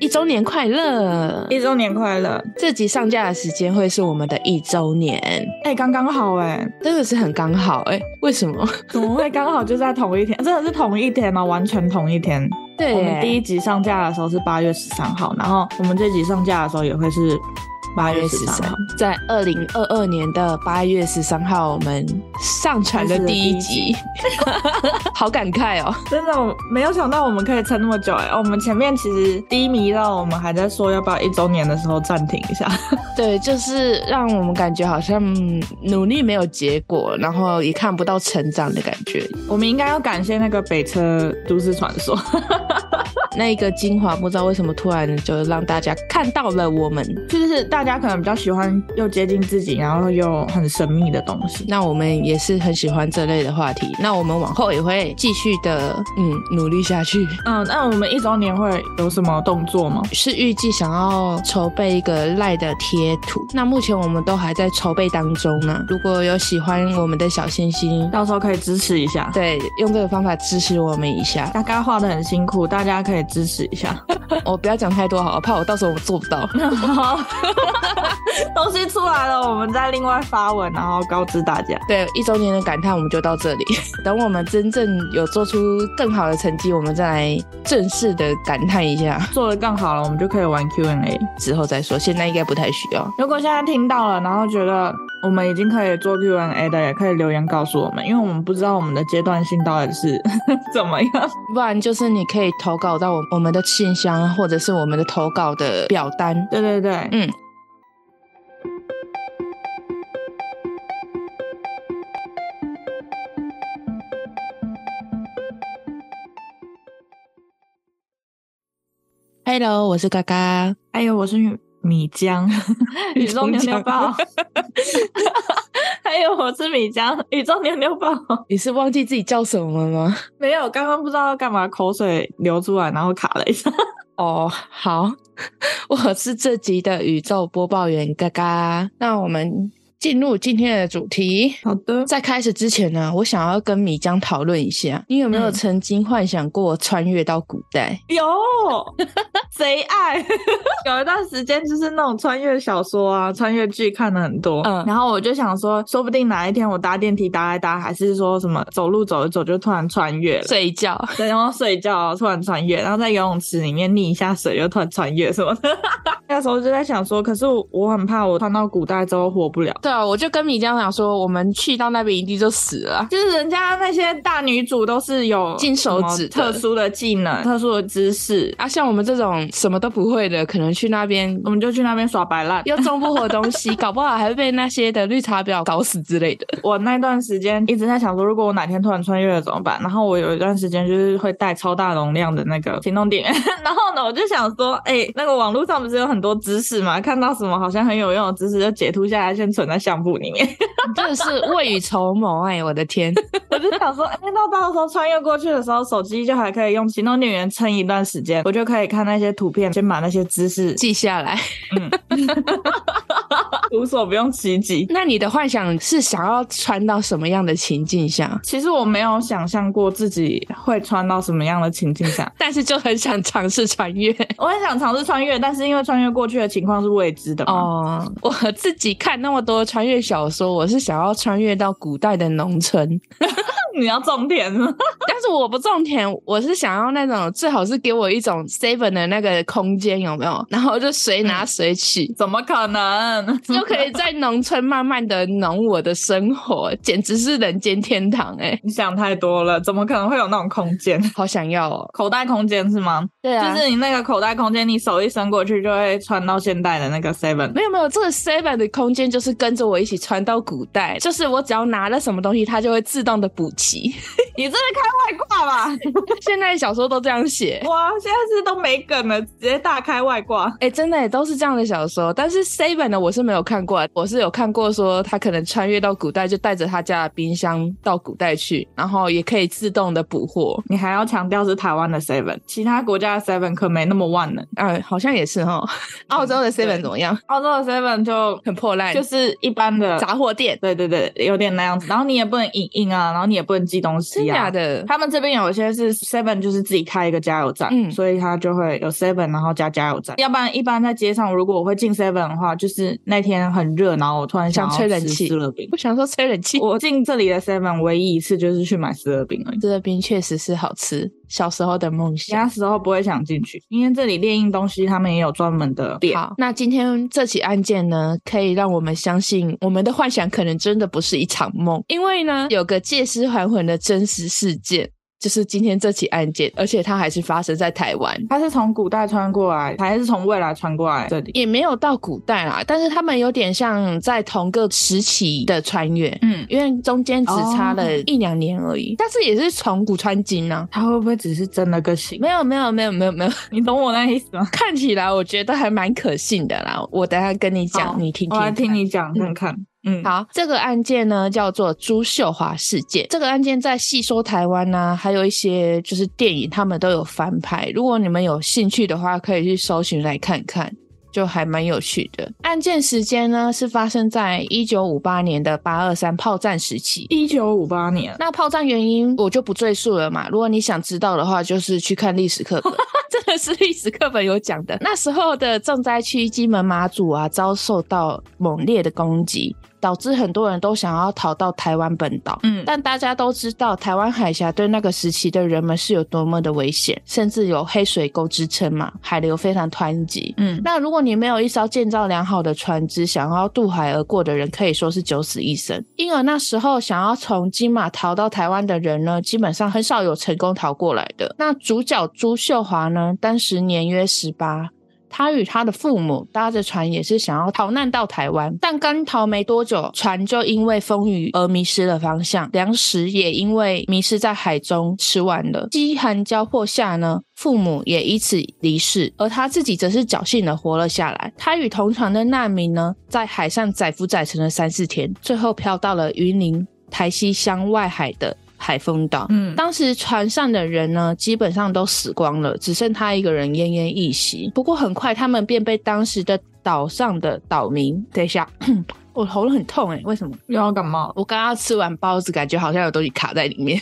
一周年快乐！一周年快乐！这集上架的时间会是我们的一周年，哎、刚刚好哎、真的是很刚好哎、为什么？怎么会刚好就在同一天？ 真的是同一天吗？完全同一天。对我们第一集上架的时候是八月十三号，然后我们这集上架的时候也会是八月十三号。，在二零二二年的八月十三号，我们上传的第一 集，好感慨哦！真的，我没有想到我们可以撑那么久哎、我们前面其实低迷到我们还在说要不要一周年的时候暂停一下。对，就是让我们感觉好像嗯努力没有结果，然后也看不到成长的感觉。 我们应该要感谢那个北车都市传 说。那一个精华不知道为什么突然就让大家看到了我们，就是大家可能比较喜欢又接近自己，然后又很神秘的东西。那我们也是很喜欢这类的话题。那我们往后也会继续的，嗯，努力下去。嗯，那我们一周年会有什么动作吗？是预计想要筹备一个赖的贴图，那目前我们都还在筹备当中呢。如果有喜欢我们的小星星， 到时候可以支持一下。对，用这个方法支持我们一下。 大家画的很辛苦，大家可以支持一下。 我不要讲太多好了，怕我到时候我做不到。好，东西出来了，我们再另外发文，然后告知大家。对，一周年的感叹我们就到这里。 等我们真正有做出更好的成绩，我们再来正式的感叹一下，做的更好了，我们就可以玩 Q&A。之后再说。现在应该不太需要。如果现在听到了，然后觉得我们已经可以做 Q&A 的，也可以留言告诉我们，因为我们不知道我们的阶段性到底是 怎么样。不然就是你可以投稿到我我们的信箱，或者是我们的投稿的表单。对对对，嗯。Hello，我是嘎嘎。哎呦，我是米江，宇宙牛牛堡。 还有我是米江，宇宙牛牛堡。你是忘记自己叫什么吗？没有，刚刚不知道要干嘛，口水流出来，然后卡了一下。哦，好， 我是这集的宇宙播报员嘎嘎。那我们进入今天的主题。 好的，在开始之前呢，我想要跟米江讨论一下，你有没有嗯曾经幻想过穿越到古代？有 贼爱，有一段时间就是那种穿越小说啊、穿越剧看的很多，嗯然后我就想说，说不定哪一天我搭电梯搭一搭，还是说什么走路走一走就突然穿越了。睡觉，对，然后睡觉啊突然穿越，然后在游泳池里面溺一下水又突然穿越什么的。 那时候就在想说，可是我我很怕我穿到古代之后活不了。对啊，我就跟米江讲说，我们去到那边一定就死了啊。就是人家那些大女主都是有金手指的什么特殊的技能、特殊的知识，啊，像我们这种什么都不会的，可能去那边我们就去那边耍白烂。又种不活东西，搞不好还会被那些的绿茶婊搞死之类的。我那段时间一直在想说，如果我哪天突然穿越了怎么办？然后我有一段时间就是会带超大容量的那个行动电源， 然后呢，我就想说，哎、那个网络上不是有很多知识嘛？看到什么好像很有用的知识，就截图下来，先存在相簿里面。 你 真的是未雨绸缪哎、我的天！我就想说，哎、那到时候穿越过去的时候，手机就还可以用行动电源撑一段时间，我就可以看那些图片，先把那些知识记下来。无所不用其极。 那你的幻想是想要穿到什么样的情境下？其实我没有想象过自己会穿到什么样的情境下，但是就很想尝试穿越我很想尝试穿越，但是因为穿越过去的情况是未知的嘛。哦。 我自己看那么多穿越小说，我是想要穿越到古代的农 村， 你要种田吗？但是我不种田，我是想要那种最好是给我一种 seven 的那个空间，有没有？然后就随拿随取。怎么可能？ 就可以在农村慢慢的农我的生活，简直是人间天堂哎、 你想太多了，怎么可能会有那种空间？好想要哦！口袋空间是吗？对啊就就是是你那个口袋空间，你手一伸过去就会穿到现代的那个 Seven。没有没有，这个 seven 的空间就是跟着我一起穿到古代，就是我只要拿了什么东西，它就会自动的补齐。 你这是开外挂吧？ 现在小说都这样写。哇，现在是都没梗了，直接大开外挂。哎、真的、欸、都是这样的小说，但是 Seven 的我是没有看过，我是有看过说他可能穿越到古代，就带着他家的冰箱到古代去，然后也可以自动的补货。你还要强调是台湾的 Seven，其他国家的 Seven 可没那么万能。嗯、好像也是嗯哈。 澳洲的 Seven 对怎么样？澳洲的 Seven 就很破烂，就是一般的杂货店。对对对，有点那样子。然后你也不能影印啊，然后你也不能寄东西、真机啊假。的？他们这边有一些是 Seven，就是自己开一个加油站，嗯所以他就会有 Seven，然后加加油站。要不然一般在街上，如果我会进 Seven 的话，就是那天很热，然后我突然想要吹冷吃气湿热冰。我想说吹冷气，我进这里的 Seven 唯一一次就是去买湿热冰而已，这个冰确实是好吃，小时候的梦其想。他时候不会想进去，因为这里猎鹰东西他们也有专门的店。好，那今天这起案件呢，可以让我们相信我们的幻想可能真的不是一场梦，因为呢，有个借尸还魂的真实事件，就是今天这起案件，而且它还是发生在台湾。它是从古代穿过来，还是从未来穿过来这里？也没有到古代啦，但是他们有点像在同个时期的穿越，嗯，因为中间只差了哦一两年而已，但是也是从古穿今啊。它会不会只是真的个形？没有没有没有没有没有，你懂我那意思吗？看起来我觉得还蛮可信的啦。我等一下跟你好讲，你听听我来看。听你讲看看。嗯，好，这个案件呢叫做朱秀华事件。这个案件在细说台湾呐、还有一些就是电影，他们都有翻拍。如果你们有兴趣的话，可以去搜寻来看看，就还蛮有趣的。案件时间呢是发生在一九五八年的八二三炮战时期。一九五八年，那炮战原因我就不赘述了嘛。如果你想知道的话，就是去看历史课本， 真的是历史课本有讲的。那时候的重灾区金门马祖啊，遭受到猛烈的攻击，导致很多人都想要逃到台湾本岛。嗯，但大家都知道，台湾海峡对那个时期的人们是有多么的危险，甚至有黑水沟之称嘛，海流非常湍急。嗯，那如果你没有一艘建造良好的船只，想要渡海而过的人，可以说是九死一生。因而那时候想要从金马逃到台湾的人呢，基本上很少有成功逃过来的。那主角朱秀华呢，当时年约十八。他与他的父母搭着船，也是想要逃难到台湾，但刚逃没多久，船就因为风雨而迷失了方向，粮食也因为迷失在海中吃完了。饥寒交迫下呢，父母也因此离世，而他自己则是侥幸的活了下来。他与同船的难民呢，在海上载浮载沉了三四天，最后飘到了云林台西乡外海的海丰岛。嗯，当时船上的人呢，基本上都死光了，只剩他一个人奄奄一息。不过很快，他们便被当时的岛上的岛民，等一下，我喉咙很痛哎、为什么？又要感冒了。我刚刚吃完包子，感觉好像有东西卡在里面。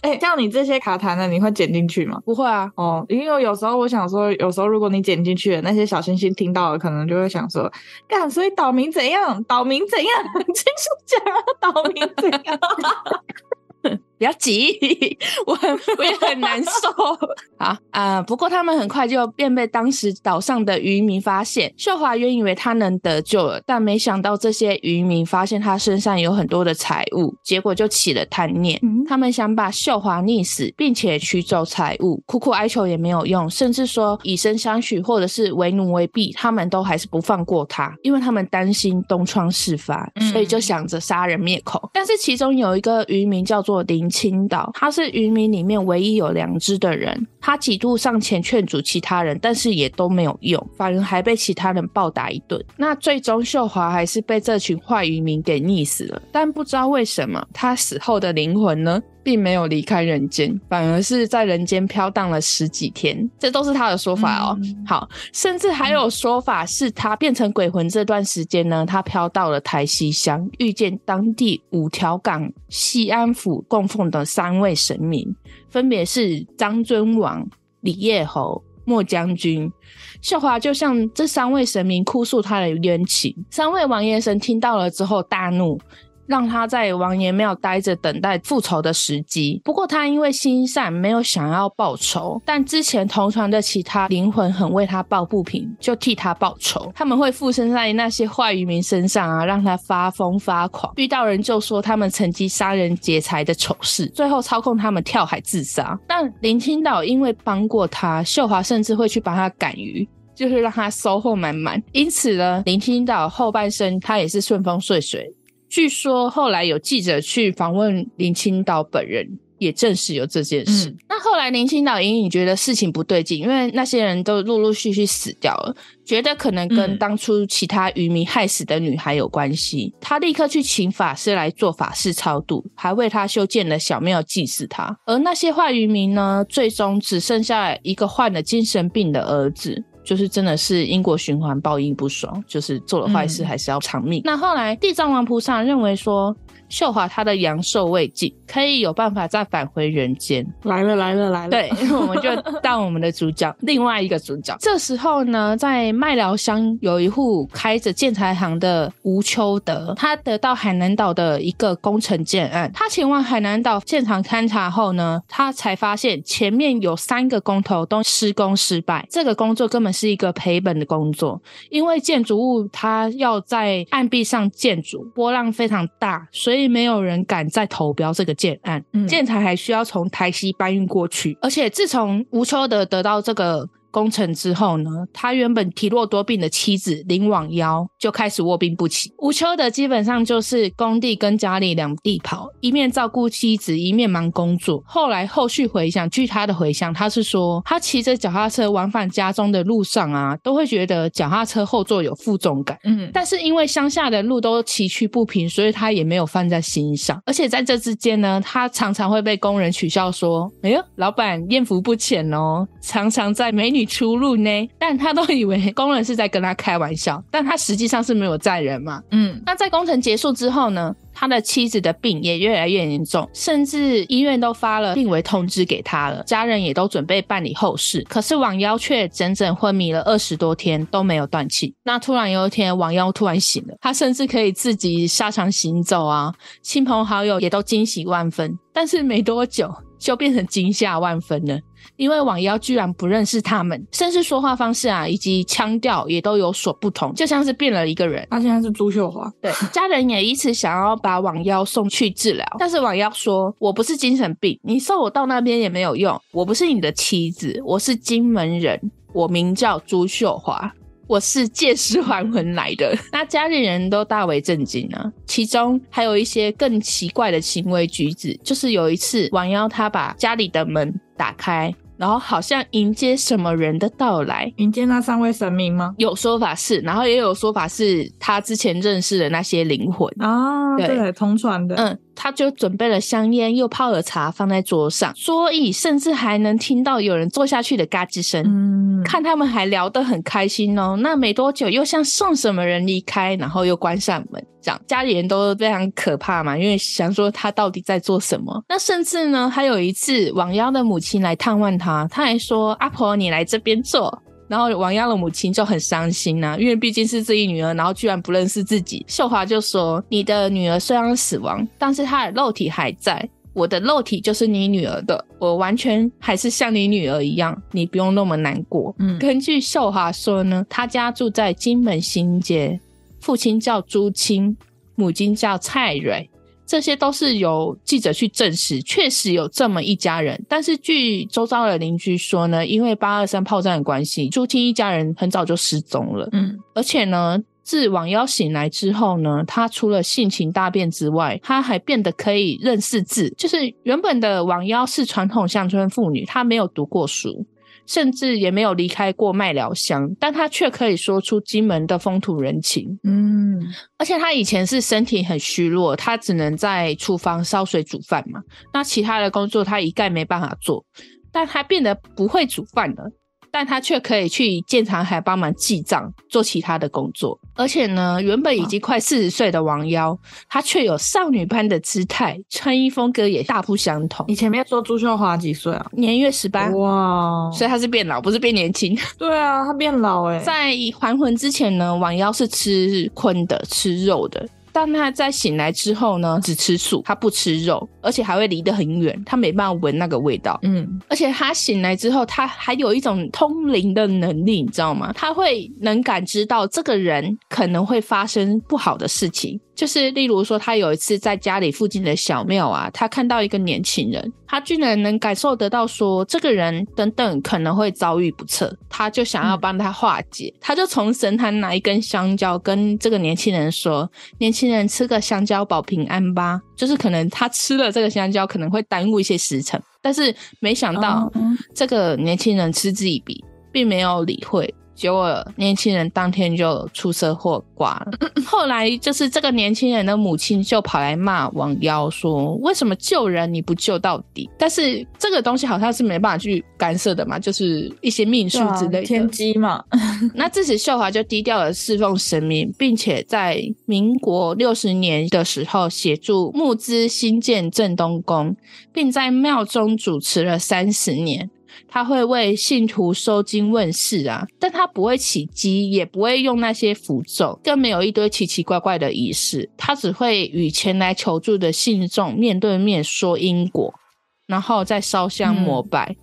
哎、像你这些卡痰的，你会剪进去吗？不会啊，哦，因为有时候我想说，有时候如果你剪进去了，那些小星星听到了，可能就会想说，干，所以岛民怎样？岛民怎样？ 清楚讲啊，岛民怎样？不要急，我很我也很难受啊啊、不过他们很快就便被当时岛上的渔民发现。秀华原以为他能得救了，但没想到这些渔民发现他身上有很多的财物，结果就起了贪念。 嗯，他们想把秀华溺死，并且取走财物，苦苦哀求也没有用，甚至说以身相许或者是为奴为婢，他们都还是不放过他，因为他们担心东窗事发，嗯所以就想着杀人灭口。但是其中有一个渔民叫做林清岛，他是渔民里面唯一有良知的人，他几度上前劝阻其他人，但是也都没有用，反而还被其他人暴打一顿。那最终秀华还是被这群坏渔民给溺死了，但不知道为什么，他死后的灵魂呢，并没有离开人间，反而是在人间飘荡了十几天，这都是他的说法哦。嗯好，甚至还有说法是他变成鬼魂这段时间呢，他飘到了台西乡，遇见当地五条港西安府供奉的三位神明，分别是张尊王、李叶侯、莫将军。秀华就向这三位神明哭诉他的冤情，三位王爷神听到了之后大怒。让他在王爷庙待着，等待复仇的时机。不过他因为心善，没有想要报仇，但之前同船的其他灵魂很为他抱不平，就替他报仇。他们会附身在那些坏渔民身上啊，让他发疯发狂，遇到人就说他们曾经杀人劫财的丑事，最后操控他们跳海自杀。但林清岛因为帮过他，秀华甚至会去帮他赶鱼，就是让他收获满满。因此呢，林清岛后半生他也是顺风顺水。据说后来有记者去访问林清岛本人，也证实有这件事。嗯那后来林清岛隐隐觉得事情不对劲，因为那些人都陆陆续续死掉了，觉得可能跟嗯当初其他渔民害死的女孩有关系。他立刻去请法师来做法事超度，还为她修建了小庙祭祀她。而那些坏渔民呢，最终只剩下一个患了精神病的儿子。就是真的是因果循环，报应不爽，就是做了坏事嗯还是要偿命。那后来地藏王菩萨认为说，秀华她的阳寿未尽，可以有办法再返回人间。来了来了来了，对，我们就到我们的主角，另外一个主角。这时候呢，在麦寮乡有一户开着建材行的吴秋德，他得到海南岛的一个工程建案。他前往海南岛现场勘察后呢，他才发现前面有三个工头都施工失败，这个工作根本是一个赔本的工作，因为建筑物它要在岸壁上建筑，波浪非常大，所以没有人敢再投标这个建案。嗯建材还需要从台西搬运过去，而且自从吴秋德得到这个。工程之后呢，他原本体弱多病的妻子林网妖就开始卧病不起。吴秋德基本上就是工地跟家里两地跑，一面照顾妻子，一面忙工作。后来后续回想，据他的回想，他是说他骑着脚踏车往返家中的路上啊，都会觉得脚踏车后座有负重感。嗯，但是因为乡下的路都崎岖不平，所以他也没有放在心上。而且在这之间呢，他常常会被工人取笑说：“哎呦，老板艳福不浅哦， 常常在美女出入呢。”但他都以为工人是在跟他开玩笑，但他实际上是没有载人嘛。嗯那在工程结束之后呢，他的妻子的病也越来越严重，甚至医院都发了病危通知给他了，家人也都准备办理后事。可是网妖却整整昏迷了二十多天都没有断气。那突然有一天，网妖突然醒了，他甚至可以自己下场行走啊，亲朋好友也都惊喜万分。但是没多久就变成惊吓万分了。因为网妖居然不认识他们，甚至说话方式啊，以及腔调也都有所不同，就像是变了一个人。他现在是朱秀华，对，家人也一直想要把网妖送去治疗，但是网妖说：“我不是精神病，你送我到那边也没有用。我不是你的妻子，我是金门人，我名叫朱秀华。”我是借尸还魂来的， 那家里人都大为震惊啊。其中还有一些更奇怪的行为举止，就是有一次王妖他把家里的门打开，然后好像迎接什么人的到来，迎接那三位神明吗？有说法是，然后也有说法是他之前认识的那些灵魂。啊，对对，同传的，嗯，他就准备了香烟，又泡了茶放在桌上，桌椅甚至还能听到有人坐下去的嘎吱声。嗯，看他们还聊得很开心哦。那没多久又像送什么人离开，然后又关上门，这样家里人都非常可怕嘛，因为想说他到底在做什么。那甚至呢，还有一次王妖的母亲来探望他，他还说：“阿婆，你来这边坐。”然后王妖的母亲就很伤心啊呐、因为毕竟是自己女儿，然后居然不认识自己。秀华就说：“你的女儿虽然死亡，但是她的肉体还在，我的肉体就是你女儿的，我完全还是像你女儿一样，你不用那么难过。嗯根据秀华说呢，她家住在金门新街，父亲叫朱清，母亲叫蔡蕊，这些都是由记者去证实，确实有这么一家人。但是据周遭的邻居说呢，因为八二三炮战的关系，朱清一家人很早就失踪了。嗯，而且呢，自网妖醒来之后呢，他除了性情大变之外，他还变得可以认识字。就是原本的网妖是传统乡村妇女，她没有读过书，甚至也没有离开过麦寮乡，但她却可以说出金门的风土人情。嗯，而且她以前是身体很虚弱，她只能在厨房烧水煮饭嘛，那其他的工作她一概没办法做。但她变得不会煮饭了，但他却可以去建厂海帮忙记账，做其他的工作。而且呢，原本已经快四十岁的王妖，她却有少女般的姿态，穿衣风格也大不相同你。前面说朱秀华几岁啊？年月十八，哇，所以她是变老，不是变年轻。对啊，他变老哎，在还魂之前呢，王妖是吃荤的，吃肉的。但他在醒来之后呢，只吃素，他不吃肉，而且还会离得很远，他没办法闻那个味道。嗯，而且他醒来之后，他还有一种通灵的能力，你知道吗？他会能感知到这个人可能会发生不好的事情，就是例如说，他有一次在家里附近的小庙啊，他看到一个年轻人，他居然能感受得到说这个人等等可能会遭遇不测，他就想要帮他化解，他就从神坛拿一根香蕉跟这个年轻人说：“年轻人吃个香蕉保平安吧。”就是可能他吃了这个香蕉，可能会耽误一些时辰，但是没想到嗯这个年轻人嗤之以鼻，并没有理会。结果年轻人当天就出车祸挂 了。后来就是这个年轻人的母亲就跑来骂王妖说：“为什么救人你不救到底？”但是这个东西好像是没办法去干涉的嘛，就是一些命数对啊之类的。天机嘛，那自此秀华就低调的侍奉神明，并且在民国六十年的时候协助募资新建正东宫，并在庙中主持了三十年。他会为信徒收经问世啊，但他不会起乩，也不会用那些符咒，更没有一堆奇奇怪怪的仪式。他只会与前来求助的信众面对面说因果，然后再烧香嗯膜拜。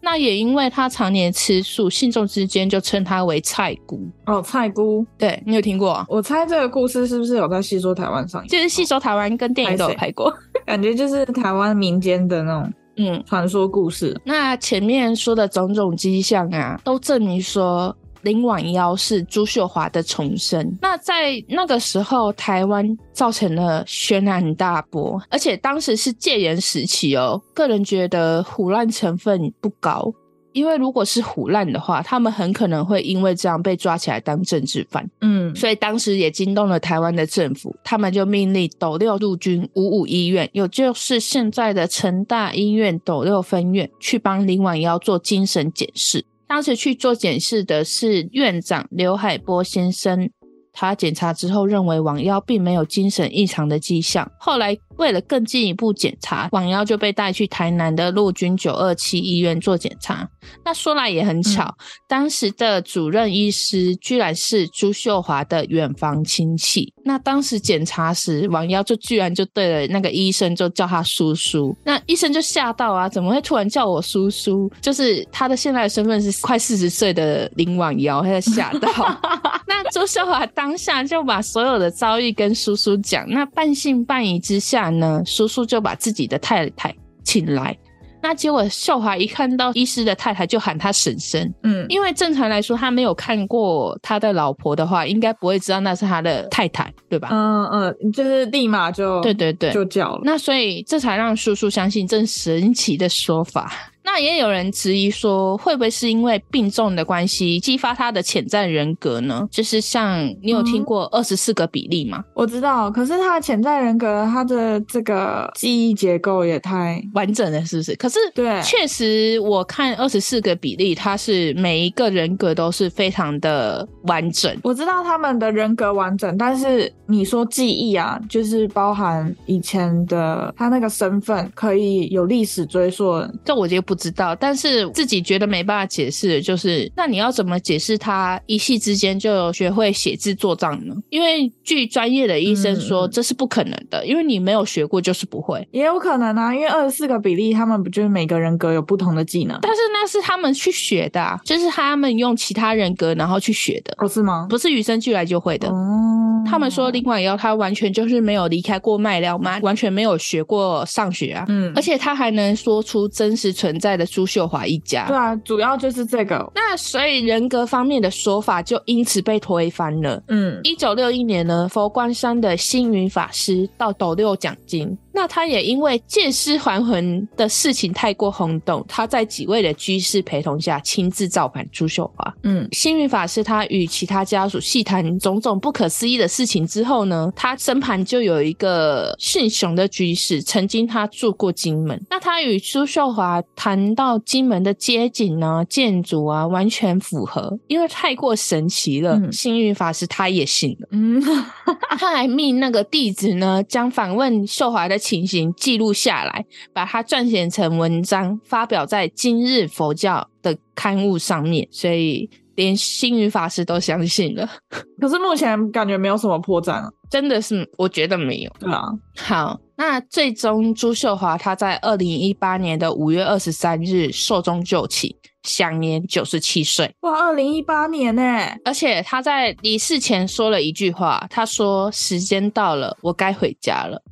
那也因为他常年吃素，信众之间就称他为菜姑。哦，菜姑，对你有听过啊？我猜这个故事是不是有在戏说台湾上就演？是吸收台湾跟电影都有拍过。感觉就是台湾民间的那种嗯，传说故事。那前面说的种种迹象啊，都证明说林婉妖是朱秀华的重生。那在那个时候，台湾造成了轩然大波，而且当时是戒严时期哦。个人觉得胡乱成分不高，因为如果是胡乱的话，他们很可能会因为这样被抓起来当政治犯。嗯，所以当时也惊动了台湾的政府，他们就命令斗六陆军五五医院，也就是现在的成大医院斗六分院，去帮林婉瑶做精神检视。当时去做检视的是院长刘海波先生。他检查之后认为网妖并没有精神异常的迹象。后来为了更进一步检查，网妖就被带去台南的陆军九二七医院做检查。那说来也很巧，当时的主任医师居然是朱秀华的远房亲戚。那当时检查时，王妖就居然就对了那个医生就叫他叔叔，那医生就吓到啊，怎么会突然叫我叔叔？就是他的现在的身份是快四十岁的林王妖，他吓到。那朱秀华当下就把所有的遭遇跟叔叔讲，那半信半疑之下呢，叔叔就把自己的太太请来。那结果秀华一看到医师的太太，就喊他婶婶。嗯，因为正常来说，他没有看过他的老婆的话，应该不会知道那是他的太太，对吧？嗯嗯，就是立马就对对对，就叫了。那所以这才让叔叔相信这神奇的说法。那也有人质疑说，会不会是因为病重的关系，激发他的潜在人格呢？就是像你有嗯听过二十四个比例吗？我知道，可是他的潜在人格，他的这个记忆结构也太完整的是不是？可是对确实我看二十四个比例，它是每一个人格都是非常的完整。我知道他们的人格完整，但是你说记忆啊，就是包含以前的他那个身份，可以有历史追溯。这我就不知道，但是自己觉得没办法解释，就是那你要怎么解释他一夕之间就学会写字做账呢？因为据专业的医生说，嗯嗯这是不可能的，因为你没有学过就是不会。也有可能啊，因为二十四个比例，他们不就是每个人格有不同的技能？但是那是他们去学的、啊，就是他们用其他人格然后去学的，哦，是吗？不是与生俱来就会的。哦，他们说林婉瑶她完全就是没有离开过麦寮妈，完全没有学过上学啊，嗯，而且她还能说出真实存在的朱秀华一家。对啊，主要就是这个，那所以人格方面的说法就因此被推翻了。嗯一九六一年呢，佛光山的星云法师到斗六讲经，那他也因为借尸还魂的事情太过轰动，他在几位的居士陪同下亲自造反啊朱秀华。嗯星云法师他与其他家属细谈种种不可思议的事情之后呢，他身旁就有一个姓熊的居士，曾经他住过金门。那他与朱秀华谈到金门的街景啊、建筑啊，完全符合，因为太过神奇了。嗯星云法师他也信了， 嗯，他还命那个弟子呢，将访问秀华的情形记录下来，把它撰写成文章，发表在今日佛教的刊物上面。所以连星云法师都相信了， 可是目前感觉没有什么破绽啊。真的是我觉得没有。对啊，好，那最终朱秀华她在二零一八年的五月二十三日寿终就寝，享年九十七岁。哇，二零一八年呢、而且他在离世前说了一句话，他说：“时间到了，我该回家了。”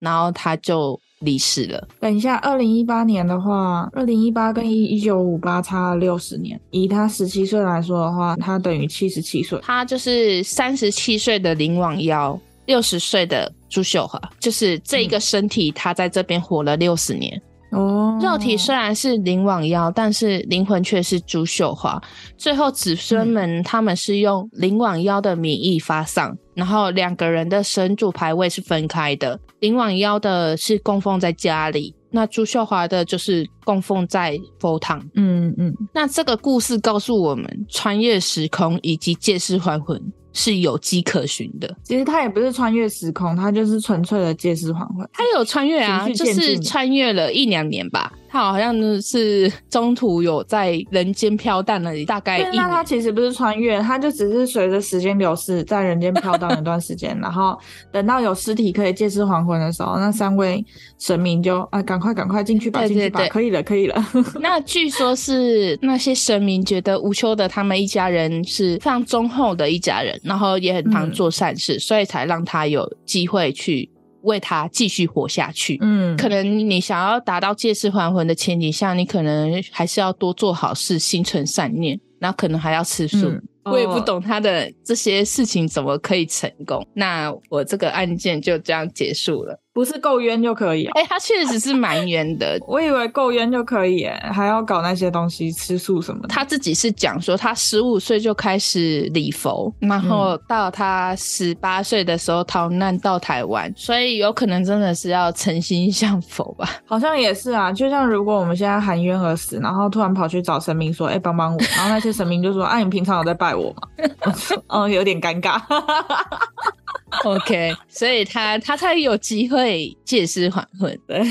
然后他就离世了。等一下，二零一八年的话，二零一八跟一一九五八差了六十年。以他十七岁来说的话，他等于七十七岁。他就是三十七岁的林网妖，六十岁的朱秀华，就是这一个身体，他在这边活了六十年。哦肉体虽然是林网妖，但是灵魂却是朱秀华。最后子孙们他们是用林网妖的名义发丧，然后两个人的神主牌位是分开的。林网妖的是供奉在家里，那朱秀华的就是供奉在佛堂。嗯嗯，那这个故事告诉我们，穿越时空以及借尸还魂是有迹可循的。其实他也不是穿越时空，他就是纯粹的借尸还魂。他有穿越啊，循序就渐进是穿越了一两年吧。他好像是中途有在人间飘荡了大概对，一哎那他年。其实不是穿越，他就只是随着时间流逝，在人间飘荡一段时 间，然后等到有尸体可以借尸还魂的时候，那三位神明就啊，赶快赶快进去吧，对进去对吧，对可以了，可以了。那据说是那些神明觉得吴秋的他们一家人是非常忠厚的一家人，然后也很常嗯做善事，所以才让他有机会去为他继续活下去。嗯，可能你想要达到借尸还魂的前提下，你可能还是要多做好事，心存善念，然后可能还要吃素。嗯我也不哦懂他的这些事情怎么可以成功。那我这个案件就这样结束了。不是够冤就可以、哦。。哎、他确实是蛮冤的我以为够冤就可以耶，还要搞那些东西，吃素什么的。他自己是讲说，他十五岁就开始礼佛，然嗯后到他十八岁的时候逃难到台湾，所以有可能真的是要诚心向佛吧。好像也是啊，就像如果我们现在含冤而死，然后突然跑去找神明说：“哎、帮帮我。”然后那些神明就说：“ 啊，你平常有在拜我吗？” 我说：“嗯，有点尴尬。 OK，所 以他他才有机会借尸还魂”。对，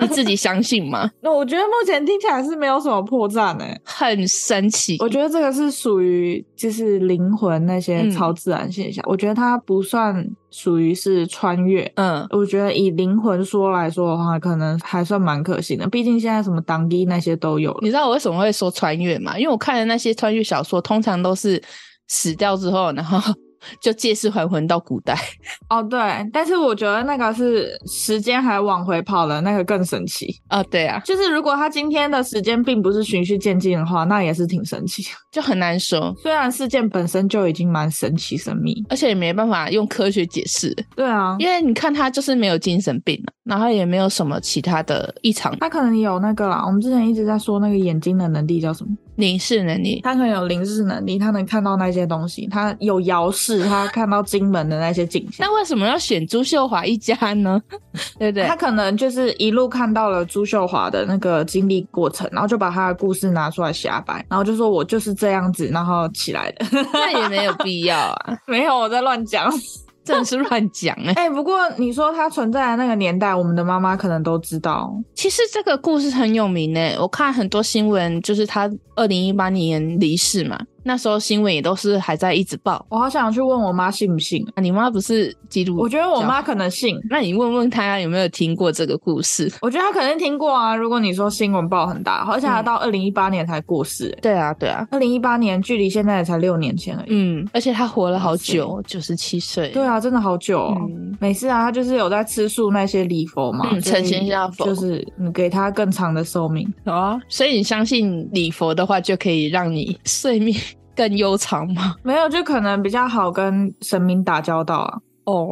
你自己相信吗？ 那我觉得目前听起来是没有什么破绽诶、很神奇，我觉得这个是属于就是灵魂那些嗯超自然现象，我觉得它不算属于是穿越。嗯，我觉得以灵魂说来说的话，可能还算蛮可行的，毕竟现在什么当地那些都有了。你知道我为什么会说穿越吗？因为我看的那些穿越小说，通常都是死掉之后，然后 就借尸还魂到古代。哦，对，但是我觉得那个是时间还往回跑了，那个更神奇。啊、对啊，就是如果他今天的时间并不是循序渐进的话，那也是挺神奇。就很难说，虽然事件本身就已经蛮神奇神秘，而且也没办法用科学解释，对啊，因为你看他就是没有精神病、啊，然后也没有什么其他的异常他可能有那个啦，我们之前一直在说那个眼睛的能力叫什么？凝视能力。他可能有凝视能力，他能看到那些东西，他有遥视，他看到金门的那些景象。那为什么要选朱秀华一家呢？ 对不对他？可能就是一路看到了朱秀华的那个经历过程，然后就把他的故事拿出来瞎掰，然后就说我就是这样子，然后起来 的。那也没有必要啊，没有，我在乱讲。真的是乱讲哎、哎、不过你说它存在的那个年代，我们的妈妈可能都知道。其实这个故事很有名诶，我看很多新闻，就是他二零一八年离世嘛，那时候新闻也都是还在一直报。我好想去问我妈信不信。啊、你妈不是基督？我觉得我妈，可能信，那你问问她有没有听过这个故事？我觉得她可能听过啊。如果你说新闻报很大，而且她嗯到二零一八年才过世、 对啊，对啊，二零一八年距离现在也才六年前而已。嗯，而且她活了好哇塞久，九十七岁。对，啊，真的好久、哦。嗯，没事啊，她就是有在吃素那些礼佛嘛，嗯所以成仙下佛就是你给她更长的寿命。好啊。所以你相信礼佛的话，就可以让你睡眠 更悠长吗？没有，就可能比较好跟神明打交道啊。哦，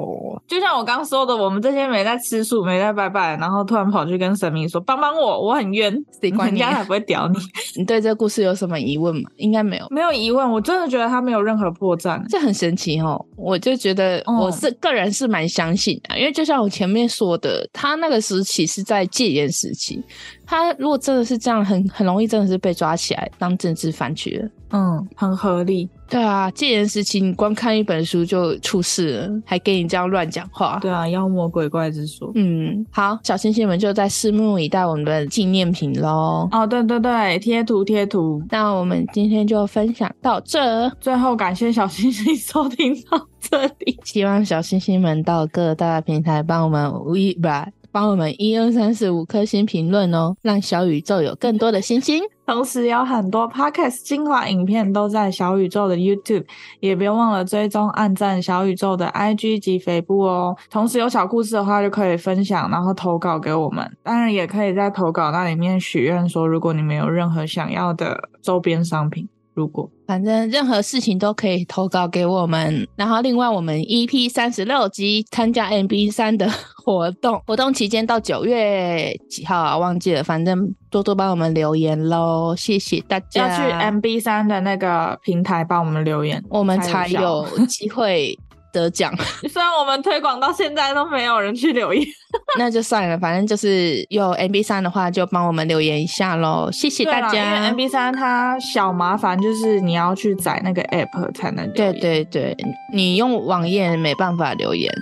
就像我刚说的，我们这些没在吃素、没在拜拜，然后突然跑去跟神明说帮帮我，我很冤，谁管人你啊家才不会屌你。 你对这个故事有什么疑问吗？应该没有。没有疑问，我真的觉得他没有任何破绽。这很神奇哦，我就觉得我是、个人是蛮相信的，因为就像我前面说的，他那个时期是在戒严时期，他如果真的是这样，很很容易真的是被抓起来当政治犯去了。嗯，很合理。对啊，戒严时期你光看一本书就出事了，还给你这样乱讲话。对啊，妖魔鬼怪之说。嗯，好，小星星们就在拭目以待我们的纪念品喽。哦，对对对，贴图贴图。那我们今天就分享到这，最后感谢小星星收听到这里。希望小星星们到各大平台帮我们五一不，帮我们一二三四五颗星评论哦，让小宇宙有更多的星星。同时有很多 podcast 精华影片都在小宇宙的 YouTube，也别忘了追踪、按赞小宇宙的 IG 及肥布哦。同时有小故事的话，就可以分享，然后投稿给我们。当然也可以在投稿那里面许愿，说如果你们有任何想要的周边商品。如果反正任何事情都可以投稿给我们。然后，另外我们 EP 三十六集参加 MB 三的活动，活动期间到九月几号啊？忘记了，反正多多帮我们留言喽，谢谢大家。要去 MB 三的那个平台帮我们留言，我们才才有有机会得奖。虽然我们推广到现在都没有人去留言， 那就算了，反正就是有 MB 三的话，就帮我们留言一下喽，谢谢对啦大因为家。 MB 三它小麻烦就是你要去载那个 app 才能留对言对对，你用网页没办法留言，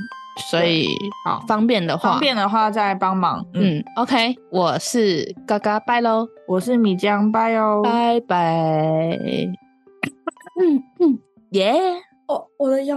所以好方便的话，方便的话再帮忙。嗯，嗯，OK，我是嘎嘎，拜喽，我是米江，拜哦。拜拜。嗯嗯，耶、哦，我的腰。